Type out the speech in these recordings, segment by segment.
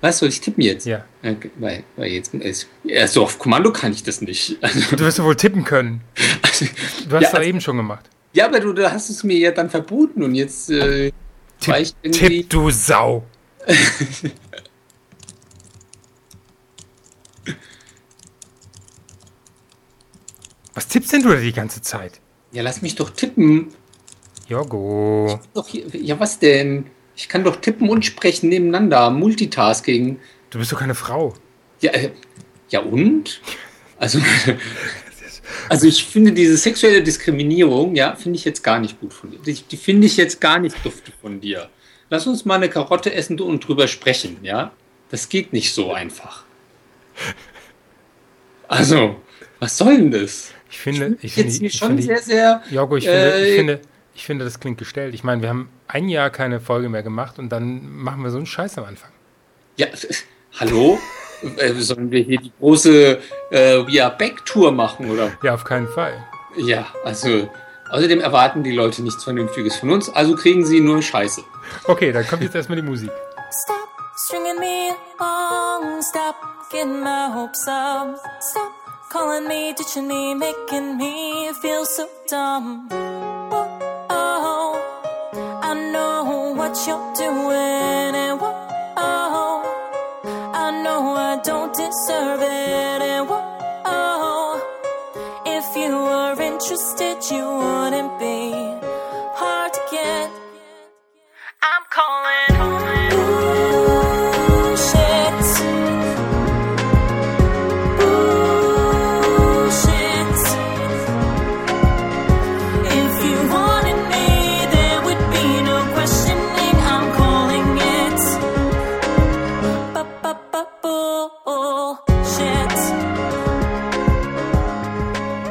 Was soll ich tippen jetzt? Ja. Äh, Weil, weil jetzt ist, ja, so auf Kommando kann ich das nicht. Also, Du wirst ja wohl tippen können. also, Du hast Ja, da also- eben schon gemacht. ja, aber du, du hast es mir ja dann verboten und jetzt äh, war ich irgendwie. Tipp, du Sau. Was tippst denn du da die ganze Zeit? Ja, lass mich doch tippen. Jogo. Doch hier, ja, was denn? Ich kann doch tippen und sprechen nebeneinander. Multitasking. Du bist doch keine Frau. Ja, äh, ja und? Also, also ich finde diese sexuelle Diskriminierung, ja, finde ich jetzt gar nicht gut von dir. Die, die finde ich jetzt gar nicht dufte von dir. Lass uns mal eine Karotte essen und drüber sprechen, ja? Das geht nicht so einfach. Also, was soll denn das? Ich finde, ich finde, Jetzt hier ich schon finde, sehr, sehr. Jogo, ich finde, äh, ich finde, ich finde, das klingt gestellt. Ich meine, wir haben ein Jahr keine Folge mehr gemacht und dann machen wir so einen Scheiß am Anfang. Ja, äh, hallo? Äh, Sollen wir hier die große äh, We Are Back Tour machen oder Ja, auf keinen Fall. Ja, also außerdem erwarten die Leute nichts Vernünftiges von uns, also kriegen sie nur Scheiße. Okay, dann kommt jetzt erstmal die Musik. Stop stringing me along. Stop getting my hopes up. Stop calling me, ditching me, making me feel so dumb. Whoa, I know what you're doing, and whoa, I know I don't deserve it, and whoa, if you were interested, you wouldn't be hard to get. I'm calling. Bullshit. Bullshit. If you wanted me, there would be no questioning. I'm calling it. Bullshit.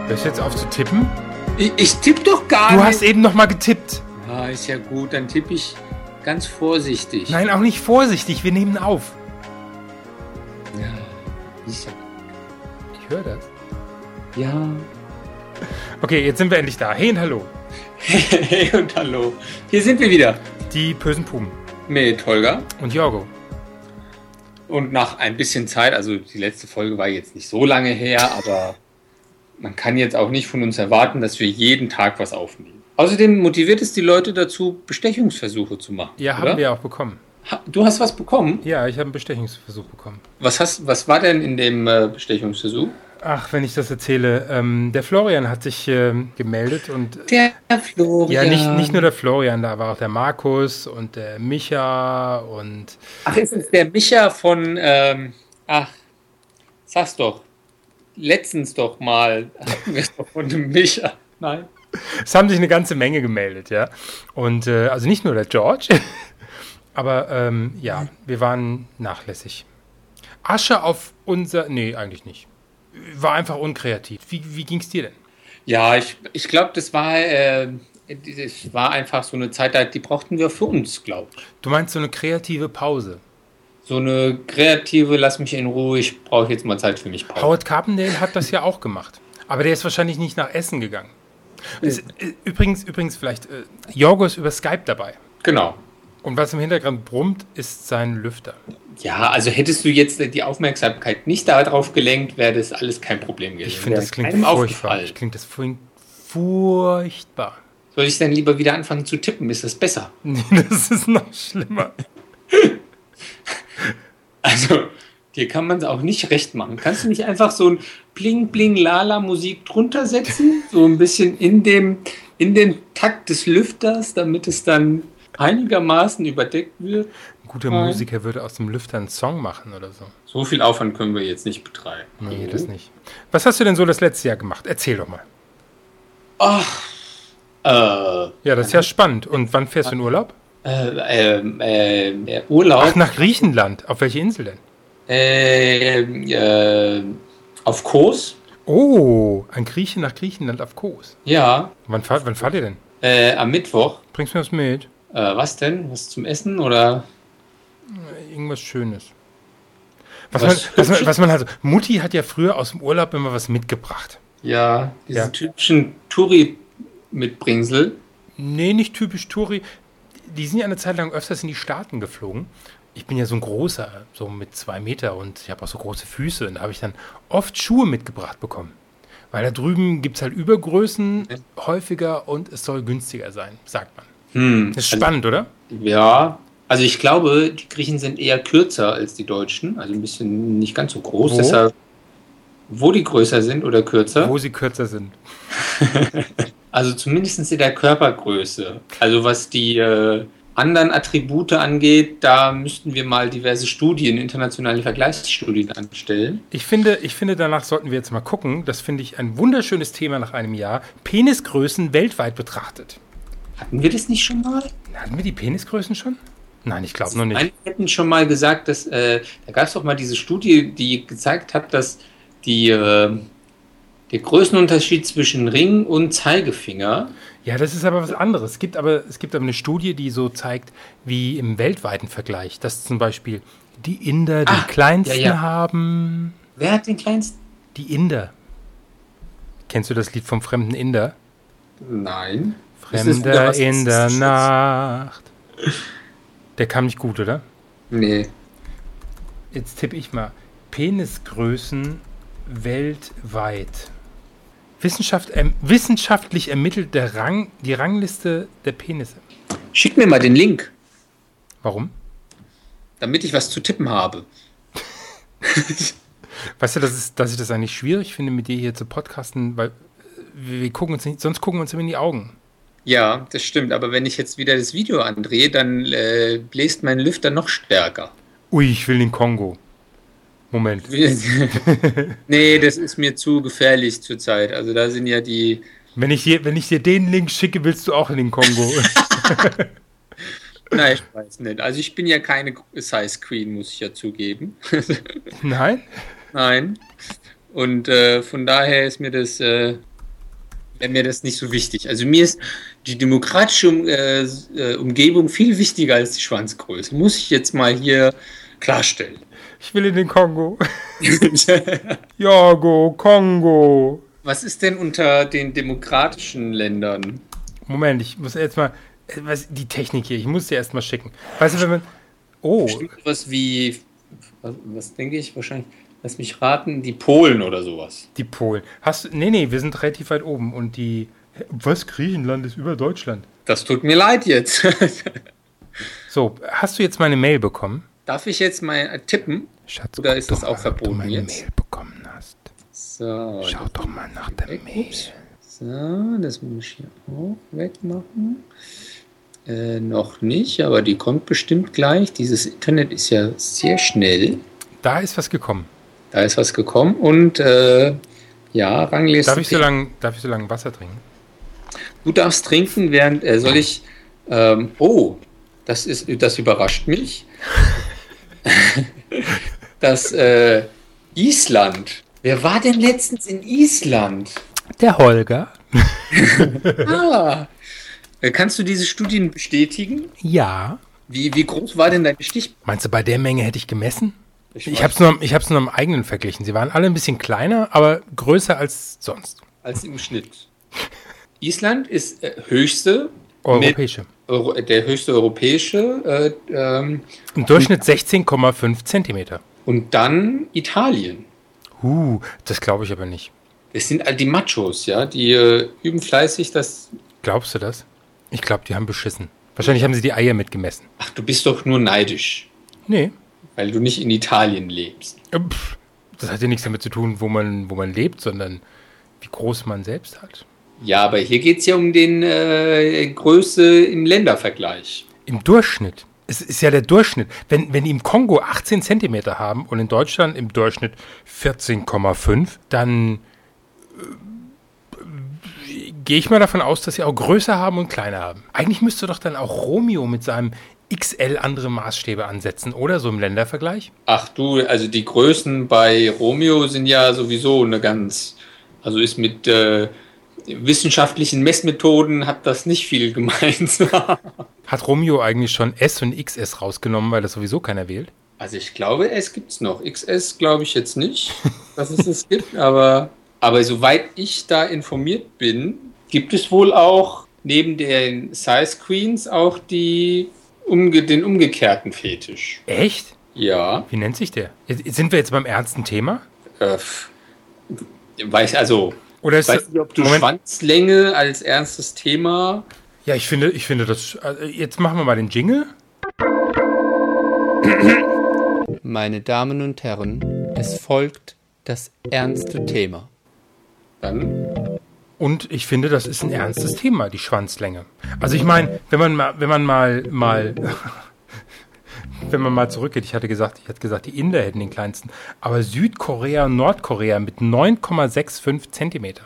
Hörst du jetzt auf zu tippen? Ich, ich tipp doch gar Du nicht. hast eh- eben noch mal getippt. ah, ist ja gut, dann tippe ich ganz vorsichtig. Nein, auch nicht vorsichtig. Wir nehmen auf. Ja, ich, Ich höre das. ja. Okay, jetzt sind wir endlich da. Hey und hallo. Hey und hallo. Hier sind wir wieder Die bösen Puben. mit Holger. Und Jorgo. Und nach ein bisschen Zeit, also die letzte Folge war jetzt nicht so lange her, aber man kann jetzt auch nicht von uns erwarten, dass wir jeden Tag was aufnehmen. Außerdem motiviert es die Leute dazu, Bestechungsversuche zu machen. Ja, oder? haben wir auch bekommen. Ha- Du hast was bekommen? Ja, ich habe einen Bestechungsversuch bekommen. Was, hast, was war denn in dem äh, Bestechungsversuch? Ach, wenn ich das erzähle. Ähm, der Florian hat sich ähm, gemeldet und. Der Florian. Ja, nicht, nicht nur der Florian, da war auch der Markus und der Micha und. Ach, ist es der Micha von. Ähm, ach, sag's doch. Letztens doch mal hatten wir es doch von dem Micha. Nein. Es haben sich eine ganze Menge gemeldet, ja. Und äh, also nicht nur der George, aber ähm, ja, wir waren nachlässig. Asche auf unser. Nee, eigentlich nicht. War einfach unkreativ. Wie, wie ging es dir denn? Ja, ich, ich glaube, das war. Äh, das war einfach so eine Zeit, da- die brauchten wir für uns, glaube ich. Du meinst so eine kreative Pause. So eine kreative, lass mich in Ruhe, ich brauche jetzt mal Zeit für mich. Pause. Howard Carpendale hat das ja auch gemacht. Aber der ist wahrscheinlich nicht nach Essen gegangen. Es, äh, übrigens, übrigens, vielleicht, äh, Jorgo ist über Skype dabei. Genau. Und was im Hintergrund brummt, ist sein Lüfter. Ja, also hättest du jetzt die Aufmerksamkeit nicht darauf gelenkt, wäre das alles kein Problem gewesen. Ich finde, das Wäre klingt keinem furchtbar. aufgefallen. Ich klingt das furcht- furchtbar. Soll ich dann lieber wieder anfangen zu tippen? Ist das besser? Nee, das ist noch schlimmer. Also, dir kann man es auch nicht recht machen. Kannst du nicht einfach so ein Bling Bling Lala Musik drunter setzen? So ein bisschen in dem, in den Takt des Lüfters, damit es dann einigermaßen überdeckt wird? Ein guter Nein. Musiker würde aus dem Lüfter einen Song machen oder so. So viel Aufwand können wir jetzt nicht betreiben. Nee, das nicht. Was hast du denn so das letzte Jahr gemacht? Erzähl doch mal. Äh, Ja, das ist ja spannend. Und wann fährst du in Urlaub? äh, ähm, ähm, äh, Urlaub Ach, nach Griechenland. Auf welche Insel denn? äh, äh, auf Kurs? Oh, ein Grieche nach Griechenland auf Kos. Ja, Wann fahrt, wann fahrt ihr denn? äh, am Mittwoch. Bringst du mir was mit? Äh, was denn? Was zum Essen oder? Irgendwas Schönes. Was, Was? Man, was, man, was man also. Mutti hat ja früher aus dem Urlaub immer was mitgebracht. Ja, diese Ja. typischen Touri-Mitbringsel. Nee, nicht typisch Touri. Die sind ja eine Zeit lang öfters in die Staaten geflogen. ich bin ja so ein großer, so mit zwei Meter und ich habe auch so große Füße und da habe ich dann oft Schuhe mitgebracht bekommen. Weil da drüben gibt es halt Übergrößen häufiger und es soll günstiger sein, sagt man. Hm. Das ist spannend, oder? Also, ja, also ich glaube, die Griechen sind eher kürzer als die Deutschen, also ein bisschen nicht ganz so groß. Wo? Deshalb, wo die größer sind oder kürzer, Wo sie kürzer sind. also zumindest in der Körpergröße. Also was die äh, anderen Attribute angeht, da müssten wir mal diverse Studien, internationale Vergleichsstudien anstellen. Ich finde, ich finde, danach sollten wir jetzt mal gucken. Das finde ich ein wunderschönes Thema nach einem Jahr. Penisgrößen weltweit betrachtet. Hatten wir das nicht schon mal? Hatten wir die Penisgrößen schon? Nein, ich glaube noch Nein, nicht. wir hätten schon mal gesagt, dass äh, da gab es doch mal diese Studie, die gezeigt hat, dass die, äh, der Größenunterschied zwischen Ring und Zeigefinger Ja, das ist aber was anderes. Es gibt aber, es gibt aber eine Studie, die so zeigt, wie im weltweiten Vergleich, dass zum Beispiel die Inder Ah, die kleinsten ja, ja. haben. Wer hat den kleinsten? Die Inder. Kennst du das Lied vom fremden Inder? Nein. Das ist wieder Fremder was in der Rassistisches. Nacht. Der kam nicht gut, oder? Nee. Jetzt tippe ich mal. Penisgrößen weltweit. Wissenschaft, ähm, wissenschaftlich ermittelt der Rang, die Rangliste der Penisse. Schick mir mal den Link, Warum? damit ich was zu tippen habe. Weißt du, dass, es, dass ich das eigentlich schwierig finde, mit dir hier zu podcasten, weil äh, wir, wir gucken uns nicht, sonst gucken wir uns immer in die Augen. Ja, das stimmt. Aber wenn ich jetzt wieder das Video andrehe, dann äh, bläst mein Lüfter noch stärker. Ui, ich will den Kongo. Moment. nee, das ist mir zu gefährlich zurzeit. Also da sind ja die. Wenn ich, dir, wenn ich dir den Link schicke, willst du auch in den Kongo. Nein, ich weiß nicht. Also ich bin ja keine Size Queen, muss ich ja zugeben. Nein? Nein. Und äh, von daher ist mir das, äh, wäre mir das nicht so wichtig. Also mir ist die demokratische um, äh, äh, Umgebung viel wichtiger als die Schwanzgröße. Muss ich jetzt mal hier klarstellen. Ich will in den Kongo. Jorgo, Kongo. Was ist denn unter den demokratischen Ländern? Moment, ich muss jetzt mal. äh, Was, die Technik hier, ich muss dir erst mal schicken. Weißt du, wenn man. Oh, Bestimmt sowas wie, was, was denke ich wahrscheinlich, lass mich raten, die Polen oder sowas. die Polen. Hast du. Nee, nee, wir sind relativ weit oben und die. Hä, Was? Griechenland ist über Deutschland. Das tut mir leid jetzt. So, hast du jetzt meine Mail bekommen? Darf ich jetzt mal tippen? Schatz, Oder guck ist das doch auch mal, ob verboten du meine jetzt? Oh, Mail bekommen hast. So, Schau doch mal nach der Weg. Mail. Ups. So, das muss ich hier auch wegmachen. Äh, noch nicht, aber die kommt bestimmt gleich. Dieses Internet ist ja sehr schnell. Da ist was gekommen. Da ist was gekommen und äh, ja, Rangliste. Darf ich, so lange, darf ich so lange Wasser trinken? Du darfst trinken, während äh, soll ich. Ähm, oh, das ist, das überrascht mich. das äh, Island. Wer war denn letztens in Island? Der Holger? Ah, Äh, kannst du diese Studien bestätigen? Ja. Wie, wie groß war denn dein Stich? Meinst du, bei der Menge hätte ich gemessen? Ich, weiß- ich habe es nur, am- ich hab's nur am eigenen verglichen. Sie waren alle ein bisschen kleiner, aber größer als sonst. als im Schnitt. Island ist äh, höchste, Europäische. Euro, äh, der höchste europäische äh, ähm, Im Durchschnitt 16,5 Zentimeter. und dann Italien. Uh, das glaube ich aber nicht. Das sind all die Machos, ja, die äh, üben fleißig das. Glaubst du das? Ich glaube, die haben beschissen. Wahrscheinlich haben sie die Eier mitgemessen. Ach, du bist doch nur neidisch, Nee. weil du nicht in Italien lebst. Äh, Pff, das hat ja nichts damit zu tun, wo man, wo man lebt, sondern wie groß man selbst halt. hat. Ja, aber hier geht es ja um den äh, Größe im Ländervergleich. Im Durchschnitt. Es ist ja der Durchschnitt. Wenn, wenn die im Kongo 18 Zentimeter haben und in Deutschland im Durchschnitt 14,5, dann äh, gehe ich mal davon aus, dass sie auch größer haben und kleiner haben. Eigentlich müsste doch dann auch Romeo mit seinem XL andere Maßstäbe ansetzen, oder so im Ländervergleich? Ach du, also die Größen bei Romeo sind ja sowieso eine ganz, also ist mit äh, wissenschaftlichen Messmethoden hat das nicht viel gemeinsam. Hat Romeo eigentlich schon S und XS rausgenommen, weil das sowieso keiner wählt? Also ich glaube, es gibt's noch. XS glaube ich jetzt nicht, dass es es gibt, aber, aber soweit ich da informiert bin, gibt es wohl auch neben den Size Queens auch die umge den umgekehrten Fetisch. Echt? Ja. Wie nennt sich der? Jetzt- Sind wir jetzt beim ernsten Thema? Äh, weiß also, Oder ist weiß nicht, ob du Moment. Schwanzlänge als ernstes Thema. Ja, ich finde, ich finde das. äh, Jetzt machen wir mal den Jingle. Meine Damen und Herren, es folgt das ernste Thema. Dann Und ich finde, das ist ein ernstes Thema, die Schwanzlänge. Also ich meine, wenn man mal, wenn man mal, mal, wenn man mal zurückgeht, ich hatte gesagt, ich hatte gesagt, die Inder hätten den kleinsten, aber Südkorea und Nordkorea mit 9,65 Zentimeter.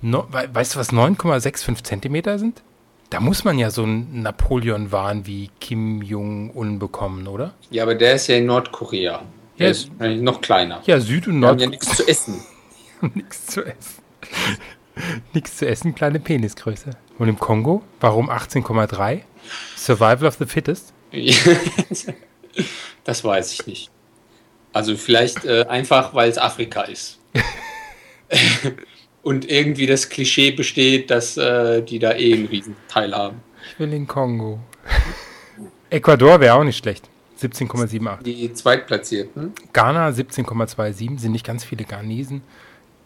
No, wei- weißt du, was 9,65 Zentimeter sind? Da muss man ja so einen Napoleon waren wie Kim Jong-un bekommen, oder? ja, aber der ist ja in Nordkorea. Der Ja. ist wahrscheinlich noch kleiner. Ja, Süd- und Wir haben ja Nordkorea. nichts zu essen. Nichts zu essen. Nichts zu essen, kleine Penisgröße. Und im Kongo, warum 18,3? Survival of the Fittest? das weiß ich nicht. Also vielleicht äh, einfach, weil es Afrika ist. Und irgendwie das Klischee besteht, dass äh, die da eh einen Riesenteil haben. Ich will in Kongo. Ecuador wäre auch nicht schlecht. 17,78. Die Zweitplatzierten. Ghana 17,27. Sind nicht ganz viele Ghanesen.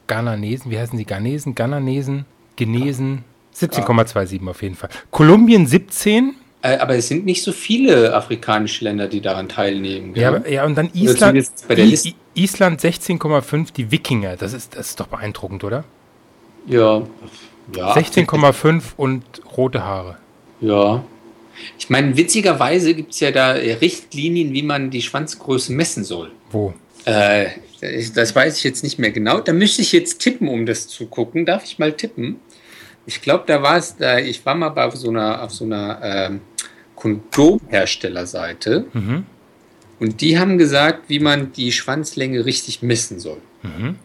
Ghananesen, wie heißen sie? Ghanesen, Ghananesen, Genesen. 17,27 auf jeden Fall. Kolumbien 17. Äh, aber es sind nicht so viele afrikanische Länder, die daran teilnehmen. Ja, gell? aber- ja und dann Island. Also zumindest bei der I- Liste. I- Island 16,5. Die Wikinger. Das ist, das ist doch beeindruckend, oder? ja. ja. 16,5 und rote Haare. Ja. Ich meine, witzigerweise gibt es ja da äh, Richtlinien, wie man die Schwanzgröße messen soll. Wo? Äh, ich- das weiß ich jetzt nicht mehr genau. Da müsste ich jetzt tippen, um das zu gucken. Darf ich mal tippen? Ich glaube, da war es, da, ich war mal bei so einer, auf so einer ähm, Kondomherstellerseite Mhm. und die haben gesagt, wie man die Schwanzlänge richtig messen soll. Mhm.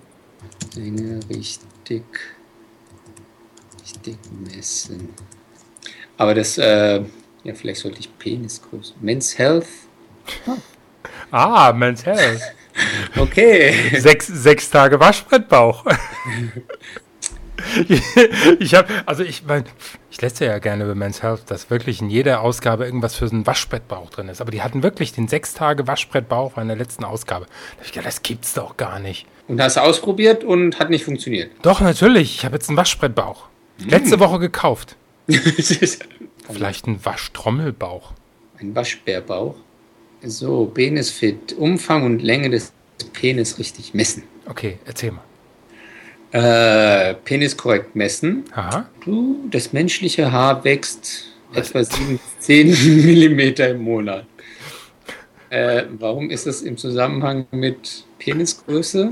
Länge richtig, richtig messen. Aber das, äh, ja, vielleicht sollte ich Penisgröße. Men's Health. Ah, Men's Health. Okay. sechs, sechs Tage Waschbrettbauch. ich habe, also ich mein, ich lässt ja gerne über Men's Health, dass wirklich in jeder Ausgabe irgendwas für so einen Waschbrettbauch drin ist. Aber die hatten wirklich den sechs Tage Waschbrettbauch in der letzten Ausgabe. Da hab ich gedacht, das gibt's doch gar nicht. Und hast ausprobiert und hat nicht funktioniert. Doch, natürlich, ich habe jetzt einen Waschbrettbauch. Letzte Woche gekauft. Es ist- Vielleicht einen Waschtrommelbauch. Ein Waschbärbauch. So, Penisfit. Umfang und Länge des Penis richtig messen. Okay, erzähl mal. Äh, Penis korrekt messen. Aha. Du, das menschliche Haar wächst etwa 7 bis 10 Millimeter im Monat. Äh, warum ist das im Zusammenhang mit Penisgröße?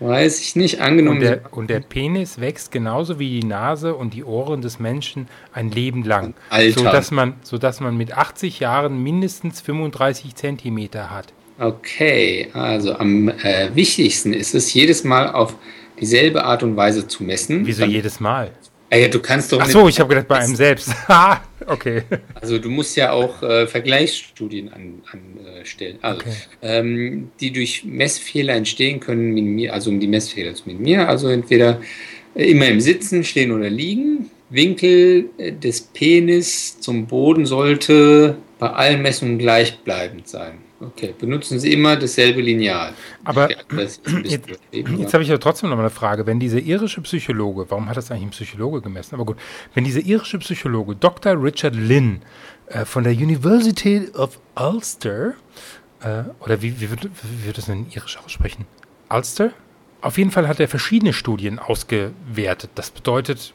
Weiß ich nicht. Angenommen, Und der, und der Penis wächst genauso wie die Nase und die Ohren des Menschen ein Leben lang. Alter. Sodass man, sodass man mit 80 Jahren mindestens 35 Zentimeter hat. Okay, also am äh, wichtigsten ist es, jedes Mal auf dieselbe Art und Weise zu messen. Wieso jedes Mal? Ey, du kannst doch Ach nicht. so, ich habe gedacht, bei einem selbst. Ha, okay. Also du musst ja auch äh, Vergleichsstudien anstellen, an, äh, stellen. also, Okay. ähm, die durch Messfehler entstehen können, minimi- also um die Messfehler zu minimieren. Also entweder äh, immer im Sitzen, Stehen oder Liegen. Winkel äh, des Penis zum Boden sollte bei allen Messungen gleichbleibend sein. Okay, benutzen Sie immer dasselbe Lineal. Aber Ja, das ist ein bisschen übertrieben, Jetzt ja. habe ich aber trotzdem noch mal eine Frage. Wenn dieser irische Psychologe, warum hat das eigentlich ein Psychologe gemessen? Aber gut, wenn dieser irische Psychologe Dr. Richard Lynn äh, von der University of Ulster, äh, oder wie, wie, wird, wie wird das denn in irisch aussprechen? Ulster? Auf jeden Fall hat er verschiedene Studien ausgewertet. Das bedeutet,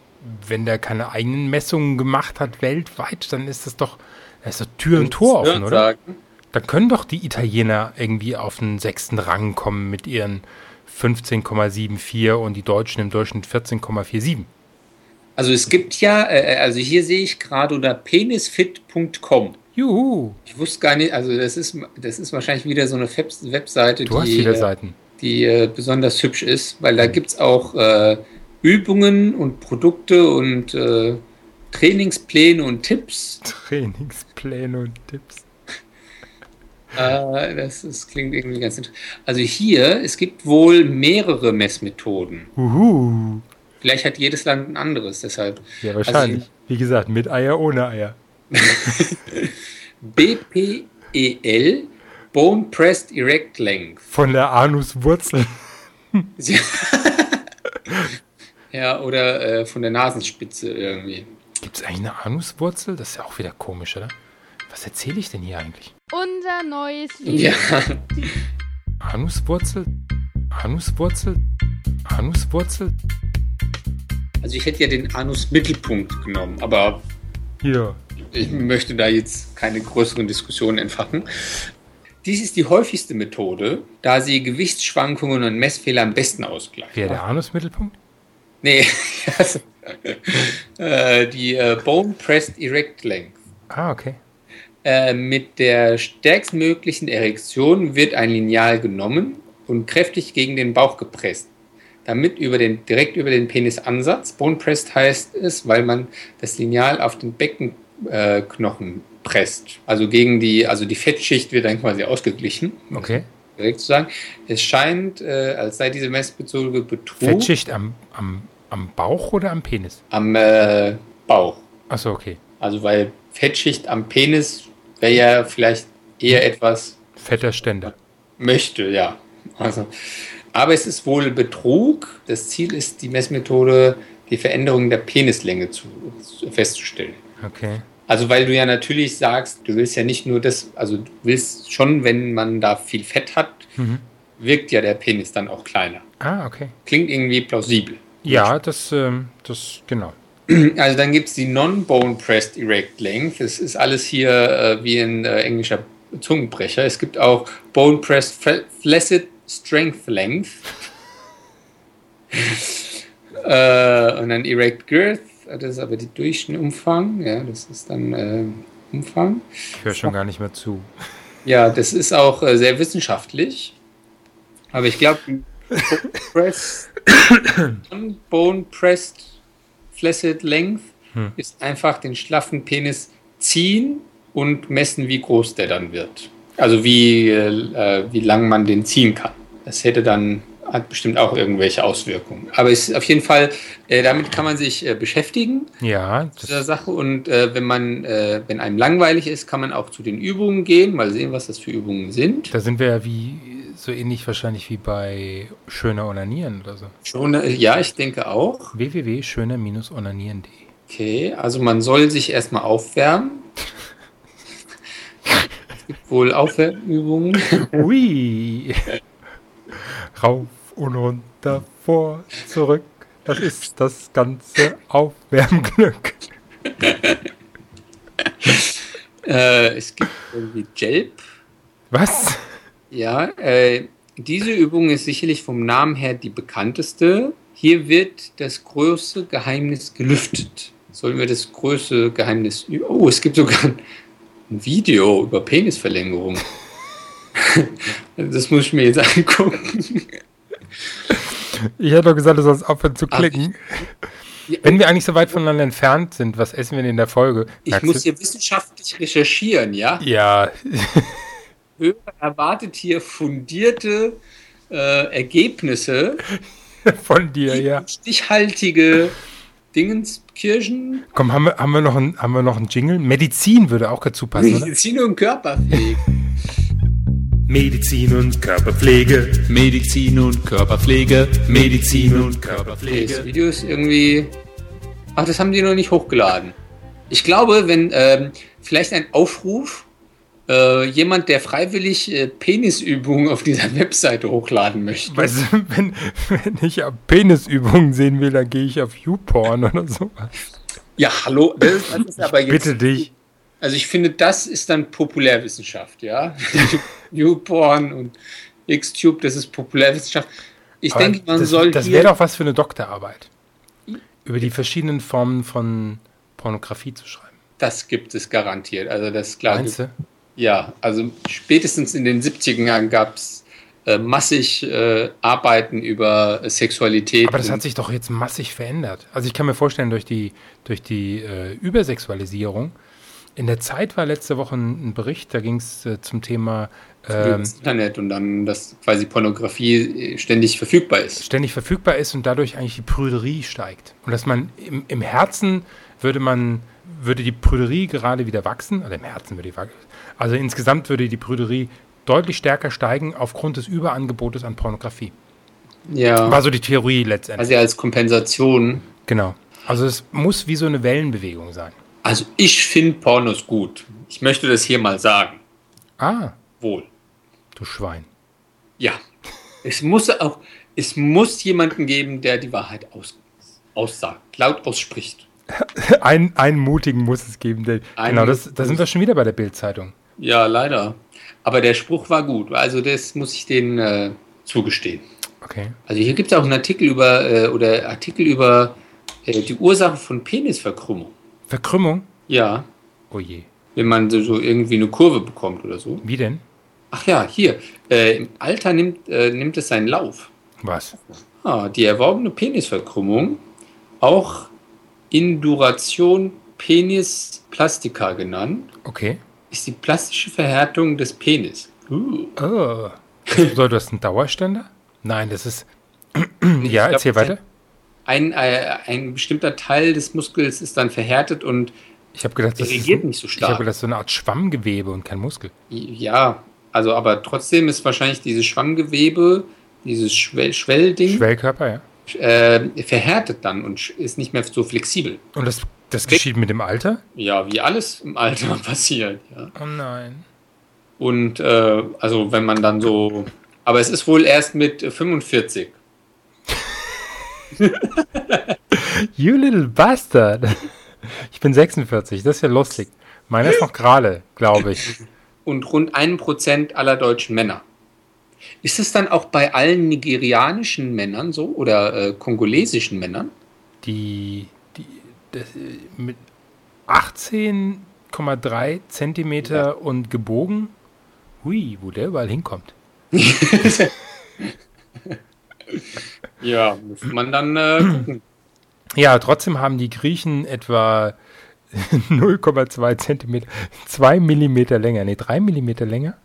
wenn der keine eigenen Messungen gemacht hat weltweit, dann ist das doch, da ist doch Tür und Tor offen, oder? Sagen. Da können doch die Italiener irgendwie auf den sechsten Rang kommen mit ihren 15,74 und die Deutschen im Durchschnitt 14,47. Also es gibt ja, äh, also hier sehe ich gerade unter penisfit.com. Juhu, Ich wusste gar nicht, also das ist, das ist wahrscheinlich wieder so eine Feb- Webseite, du hast die, wieder äh, Seiten. die äh, besonders hübsch ist, weil da gibt es auch äh, Übungen und Produkte und äh, Trainingspläne und Tipps. Trainingspläne und Tipps. Äh, das, ist, klingt irgendwie ganz interessant. Also hier, es gibt wohl mehrere Messmethoden. Juhu. Vielleicht hat jedes Land ein anderes, deshalb. Ja, wahrscheinlich. Wie gesagt, mit Eier, ohne Eier. Also BPEL, E Bone Pressed Erect Length. Von der Anuswurzel. Sie- ja, oder äh, von der Nasenspitze irgendwie. Gibt es eigentlich eine Anuswurzel? Das ist ja auch wieder komisch, oder? Was erzähle ich denn hier eigentlich? Unser neues Lied. Ja, Anuswurzel? Anuswurzel? Anuswurzel? also ich hätte ja den Anus-Mittelpunkt genommen, aber Hier. ich möchte da jetzt keine größeren Diskussionen entfachen. Dies ist die häufigste Methode, da sie Gewichtsschwankungen und Messfehler am besten ausgleicht. Wäre der Anusmittelpunkt? Nee, also, äh, die äh, Bone Pressed Erect Length. Ah, okay. Äh, mit der stärkstmöglichen Erektion wird ein Lineal genommen und kräftig gegen den Bauch gepresst. Damit über den, direkt über den Penisansatz. Bone pressed heißt es, weil man das Lineal auf den Beckenknochen äh, Knochen presst. Also gegen die, also die Fettschicht wird dann quasi ausgeglichen, Okay. direkt zu sagen. Es scheint, äh, als sei diese Messbezüge Betrug Fettschicht am, am, am Bauch oder am Penis? am äh, Bauch. Achso, okay. Also weil Fettschicht am Penis wäre ja vielleicht eher etwas Fetter Ständer. möchte, ja. Also, aber es ist wohl Betrug. Das Ziel ist, die Messmethode, die Veränderung der Penislänge zu, zu, festzustellen. Okay. Also, weil du ja natürlich sagst, du willst ja nicht nur das, also du willst schon, wenn man da viel Fett hat, Mhm. wirkt ja der Penis dann auch kleiner. Ah, okay. Klingt irgendwie plausibel. Ja, das, ähm, das, genau. Also dann gibt es die Non-Bone-Pressed Erect Length. Das ist alles hier äh, wie ein äh, englischer Zungenbrecher. Es gibt auch Bone-Pressed Fla- Flaccid Strength Length. äh, und dann Erect Girth. Das ist aber die Durchschnittumfang. Ja, das ist dann äh, Umfang. Ich höre schon gar nicht mehr zu. Ja, das ist auch äh, sehr wissenschaftlich. Aber ich glaube, Bone Pressed Flaccid Length Hm. ist einfach den schlaffen Penis ziehen und messen, wie groß der dann wird. Also wie, äh, äh, wie lang man den ziehen kann. Das hätte dann hat bestimmt auch irgendwelche Auswirkungen. Aber es ist auf jeden Fall, äh, damit kann man sich äh, beschäftigen Ja, zu der das, Sache und äh, wenn man, äh, wenn einem langweilig ist, kann man auch zu den Übungen gehen, mal sehen, was das für Übungen sind. da sind wir ja wie, so ähnlich wahrscheinlich wie bei schöner Onanieren oder so. Schon, äh, ja, ich denke auch. www.schöner-onanieren.de Okay, also man soll sich erstmal aufwärmen. es gibt wohl Aufwärmübungen. Ui! Rauf und runter, vor, zurück. Das ist das ganze Aufwärmglück. äh, es gibt irgendwie Jelp. Was? Ja, äh, diese Übung ist sicherlich vom Namen her die bekannteste. Hier wird das größte Geheimnis gelüftet. Sollen wir das größte Geheimnis. ü- Oh, es gibt sogar ein Video über Penisverlängerung. Das muss ich mir jetzt angucken. Ich hätte doch gesagt, du sollst aufhören zu Ach, klicken. Ah, ich- Wenn wir eigentlich so weit voneinander entfernt sind, was essen wir denn in der Folge? Ich Merkst muss du- hier wissenschaftlich recherchieren, ja? ja, Hörer erwartet hier fundierte äh, Ergebnisse, von dir, ja. stichhaltige Dingenskirchen, Komm, haben wir, haben, wir noch einen, haben wir noch einen Jingle? Medizin würde auch dazu passen, oder? Medizin und Körperpflege. Medizin und Körperpflege. Medizin und Körperpflege. Medizin und Nee, Körperpflege. das Video ist irgendwie. Ach, das haben die noch nicht hochgeladen. Ich glaube, wenn ähm, vielleicht ein Aufruf, äh, jemand, der freiwillig äh, Penisübungen auf dieser Webseite hochladen möchte. Weißt du, wenn, wenn ich Penisübungen sehen will, dann gehe ich auf YouPorn oder sowas. Ja, hallo, das ist, das ist aber jetzt. Bitte dich. Also ich finde, das ist dann Populärwissenschaft, ja. Newborn und Xtube, das ist Populärwissenschaft. Ich Aber denke, man das, soll Das hier wäre doch was für eine Doktorarbeit. Über die verschiedenen Formen von Pornografie zu schreiben. das gibt es garantiert. Also das ist klar. Meinst du? Ja, also spätestens in den 70er Jahren gab es äh, massig äh, Arbeiten über äh, Sexualität. Aber das hat und- sich doch jetzt massig verändert. Also ich kann mir vorstellen, durch die, durch die äh, Übersexualisierung. In der Zeit war letzte Woche ein, ein Bericht, da ging es äh, zum Thema ähm, ins Internet und dann, dass quasi Pornografie äh, ständig verfügbar ist. ständig verfügbar ist und dadurch eigentlich die Prüderie steigt. Und dass man im, im Herzen würde man, würde die Prüderie gerade wieder wachsen, oder im Herzen würde die wachsen, Also insgesamt würde die Brüderie deutlich stärker steigen aufgrund des Überangebotes an Pornografie. Ja. War so die Theorie letztendlich. Also als Kompensation. Genau. Also es muss wie so eine Wellenbewegung sein. Also ich finde Pornos gut. Ich möchte das hier mal sagen. Ah, Wohl. du Schwein. Ja. Es muss auch, es muss jemanden geben, der die Wahrheit aus, aussagt, laut ausspricht. Einen, einen mutigen muss es geben. Der, Einen genau, das, da sind wir schon wieder bei der Bildzeitung. Ja, leider. Aber der Spruch war gut. Also das muss ich denen äh, zugestehen. Okay. Also hier gibt es auch einen Artikel über äh, oder Artikel über äh, die Ursache von Penisverkrümmung. Verkrümmung? Ja, Oh je. wenn man so, so irgendwie eine Kurve bekommt oder so. Wie denn? Ach ja, hier. Äh, Im Alter nimmt, äh, nimmt es seinen Lauf. Was? Ah, die erworbene Penisverkrümmung, auch Induration Penis plastica genannt, Okay. ist die plastische Verhärtung des Penis. Uh. Oh. So, du hast einen Dauerständer? Nein, das ist. ja, erzähl weiter. Ein, äh, ein bestimmter Teil des Muskels ist dann verhärtet und Ich habe gedacht, das ist. reagiert Ein, nicht so ich habe stark. gedacht, so eine Art Schwammgewebe und kein Muskel. Ja, also aber trotzdem ist wahrscheinlich dieses Schwammgewebe, dieses Schwell Schwellding, Schwellkörper, ja. äh, verhärtet dann und sch- ist nicht mehr so flexibel. Und das, das geschieht mit dem Alter? Ja, wie alles im Alter passiert. Ja. Oh nein. Und äh, also wenn man dann so, aber es ist wohl erst mit 45. You little bastard. Ich bin 46, das ist ja lustig. Meiner ist noch gerade, glaube ich. und rund 1% aller deutschen Männer. Ist es dann auch bei allen nigerianischen Männern so oder äh, kongolesischen Männern? Die, die das, äh, mit 18,3 Zentimeter und gebogen. Hui, wo der überall hinkommt. Ja, muss man dann äh, gucken. Ja, trotzdem haben die Griechen etwa 0,2 Zentimeter, 2 Millimeter länger, nee, 3 Millimeter länger.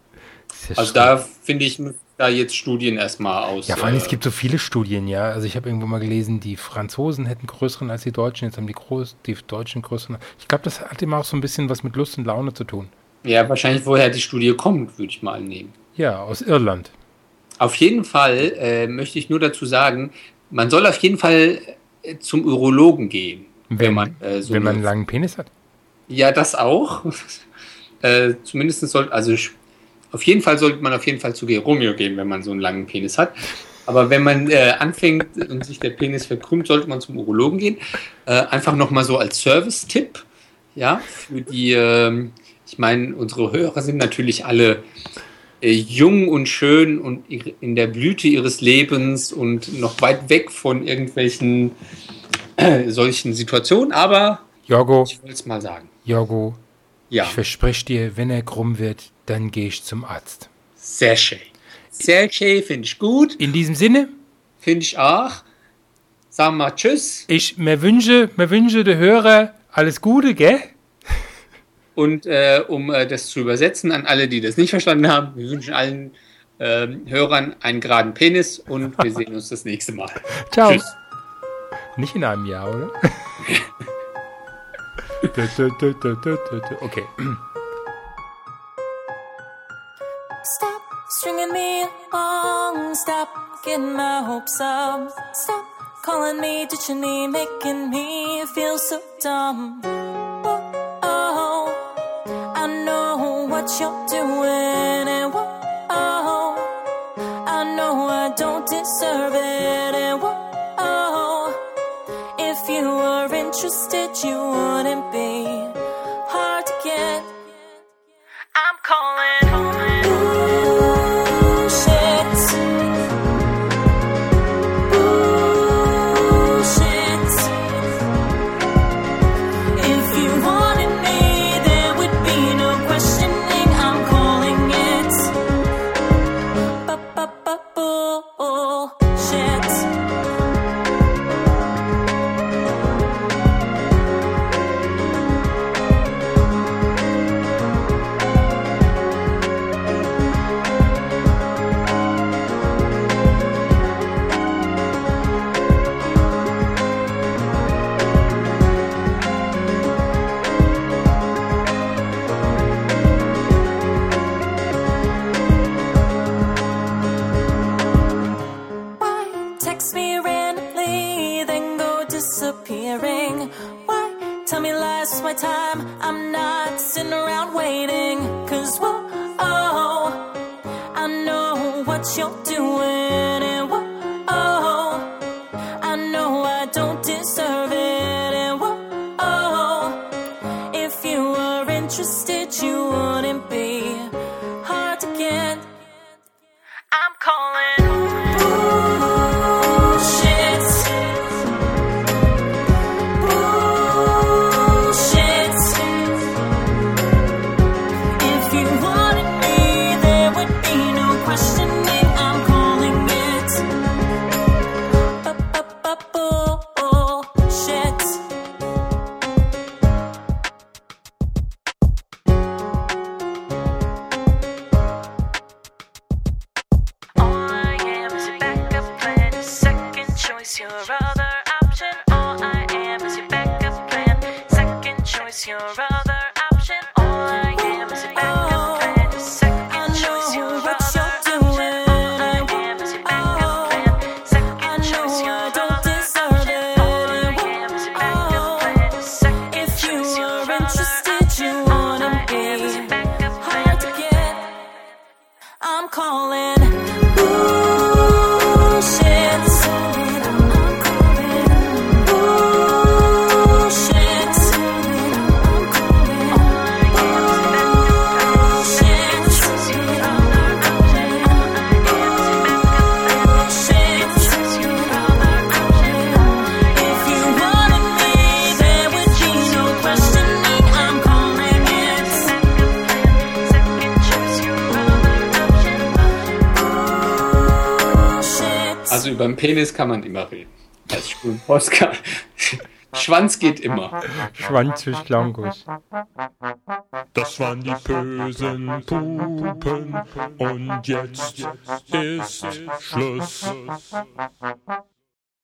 Das ist ja Also schlimm. da finde ich müssen da jetzt Studien erstmal aus. Ja, vor allem, äh, es gibt so viele Studien, ja. Also ich habe irgendwo mal gelesen, die Franzosen hätten größeren als die Deutschen, jetzt haben die, groß, die Deutschen größeren. Ich glaube, das hat immer auch so ein bisschen was mit Lust und Laune zu tun. ja, wahrscheinlich woher die Studie kommt, würde ich mal annehmen. Ja, aus Irland. Auf jeden Fall äh, möchte ich nur dazu sagen, man soll auf jeden Fall äh, zum Urologen gehen, wenn, man äh, so wenn man eine- einen langen Penis hat. Ja, das auch. äh, zumindest sollte, also sch- auf jeden Fall sollte man auf jeden Fall zu Geromeo gehen, wenn man so einen langen Penis hat. Aber wenn man äh, anfängt und sich der Penis verkrümmt, sollte man zum Urologen gehen. Äh, einfach nochmal so als Service-Tipp. Ja, für die, ähm, ich meine, unsere Hörer sind natürlich alle äh, jung und schön und ihre- in der Blüte ihres Lebens und noch weit weg von irgendwelchen äh, solchen Situationen. Aber Jorgo, ich wollte es mal sagen. Jorgo, Ja. ich verspreche dir, wenn er krumm wird, dann gehe ich zum Arzt. Sehr schön. Sehr schön, finde ich gut. In diesem Sinne, Finde ich auch. Sagen wir Tschüss ich mir wünsche, mir wünsche der Hörer alles Gute, gell? und äh, um äh, das zu übersetzen an alle, die das nicht verstanden haben, wir wünschen allen ähm, Hörern einen geraden Penis und wir sehen uns das nächste Mal. Ciao. Tschüss. Nicht in einem Jahr, oder? Dö, dö, dö, dö, dö, dö, dö. okay. Stop stringing me along. Stop getting my hopes up. Stop calling me, ditching me, making me feel so dumb. Whoa, oh, I know what you're doing, and whoa, I know I don't deserve it, and whoa, if you were interested, you wouldn't be hard to get. I'm calling. Bullshit. Bullshit. If you wanted me, there would be no questioning. I'm calling it. Bullshit. my time. I'm not sitting around waiting. Cause whoa, oh, I know what you're doing. And whoa, oh, I know I don't deserve it. And whoa, oh, if you were interested, you wouldn't be hard to get. I'm calling. Bullshit. Bullshit. If you wanted me, there would be no questioning. I'm calling it. Bullshit. All I am is your backup plan, your second choice, your other option. All I am is your backup plan, second choice, your other option. All I am is your backup plan, your second choice, your other option. All I am is your backup plan, second choice, your other option. All I am is your backup plan, your second choice, your other option. All I am is your backup plan, to get. I'm calling bullshit. I'm calling bullshit. I'm calling bullshit. If you wanted me, there would be no questioning. I'm calling it. Also über den Penis kann man immer reden. Als Schwulen-Podcast. Schwanz geht immer. Schwanz ist langus. Das waren die bösen Pupen und jetzt ist Schluss.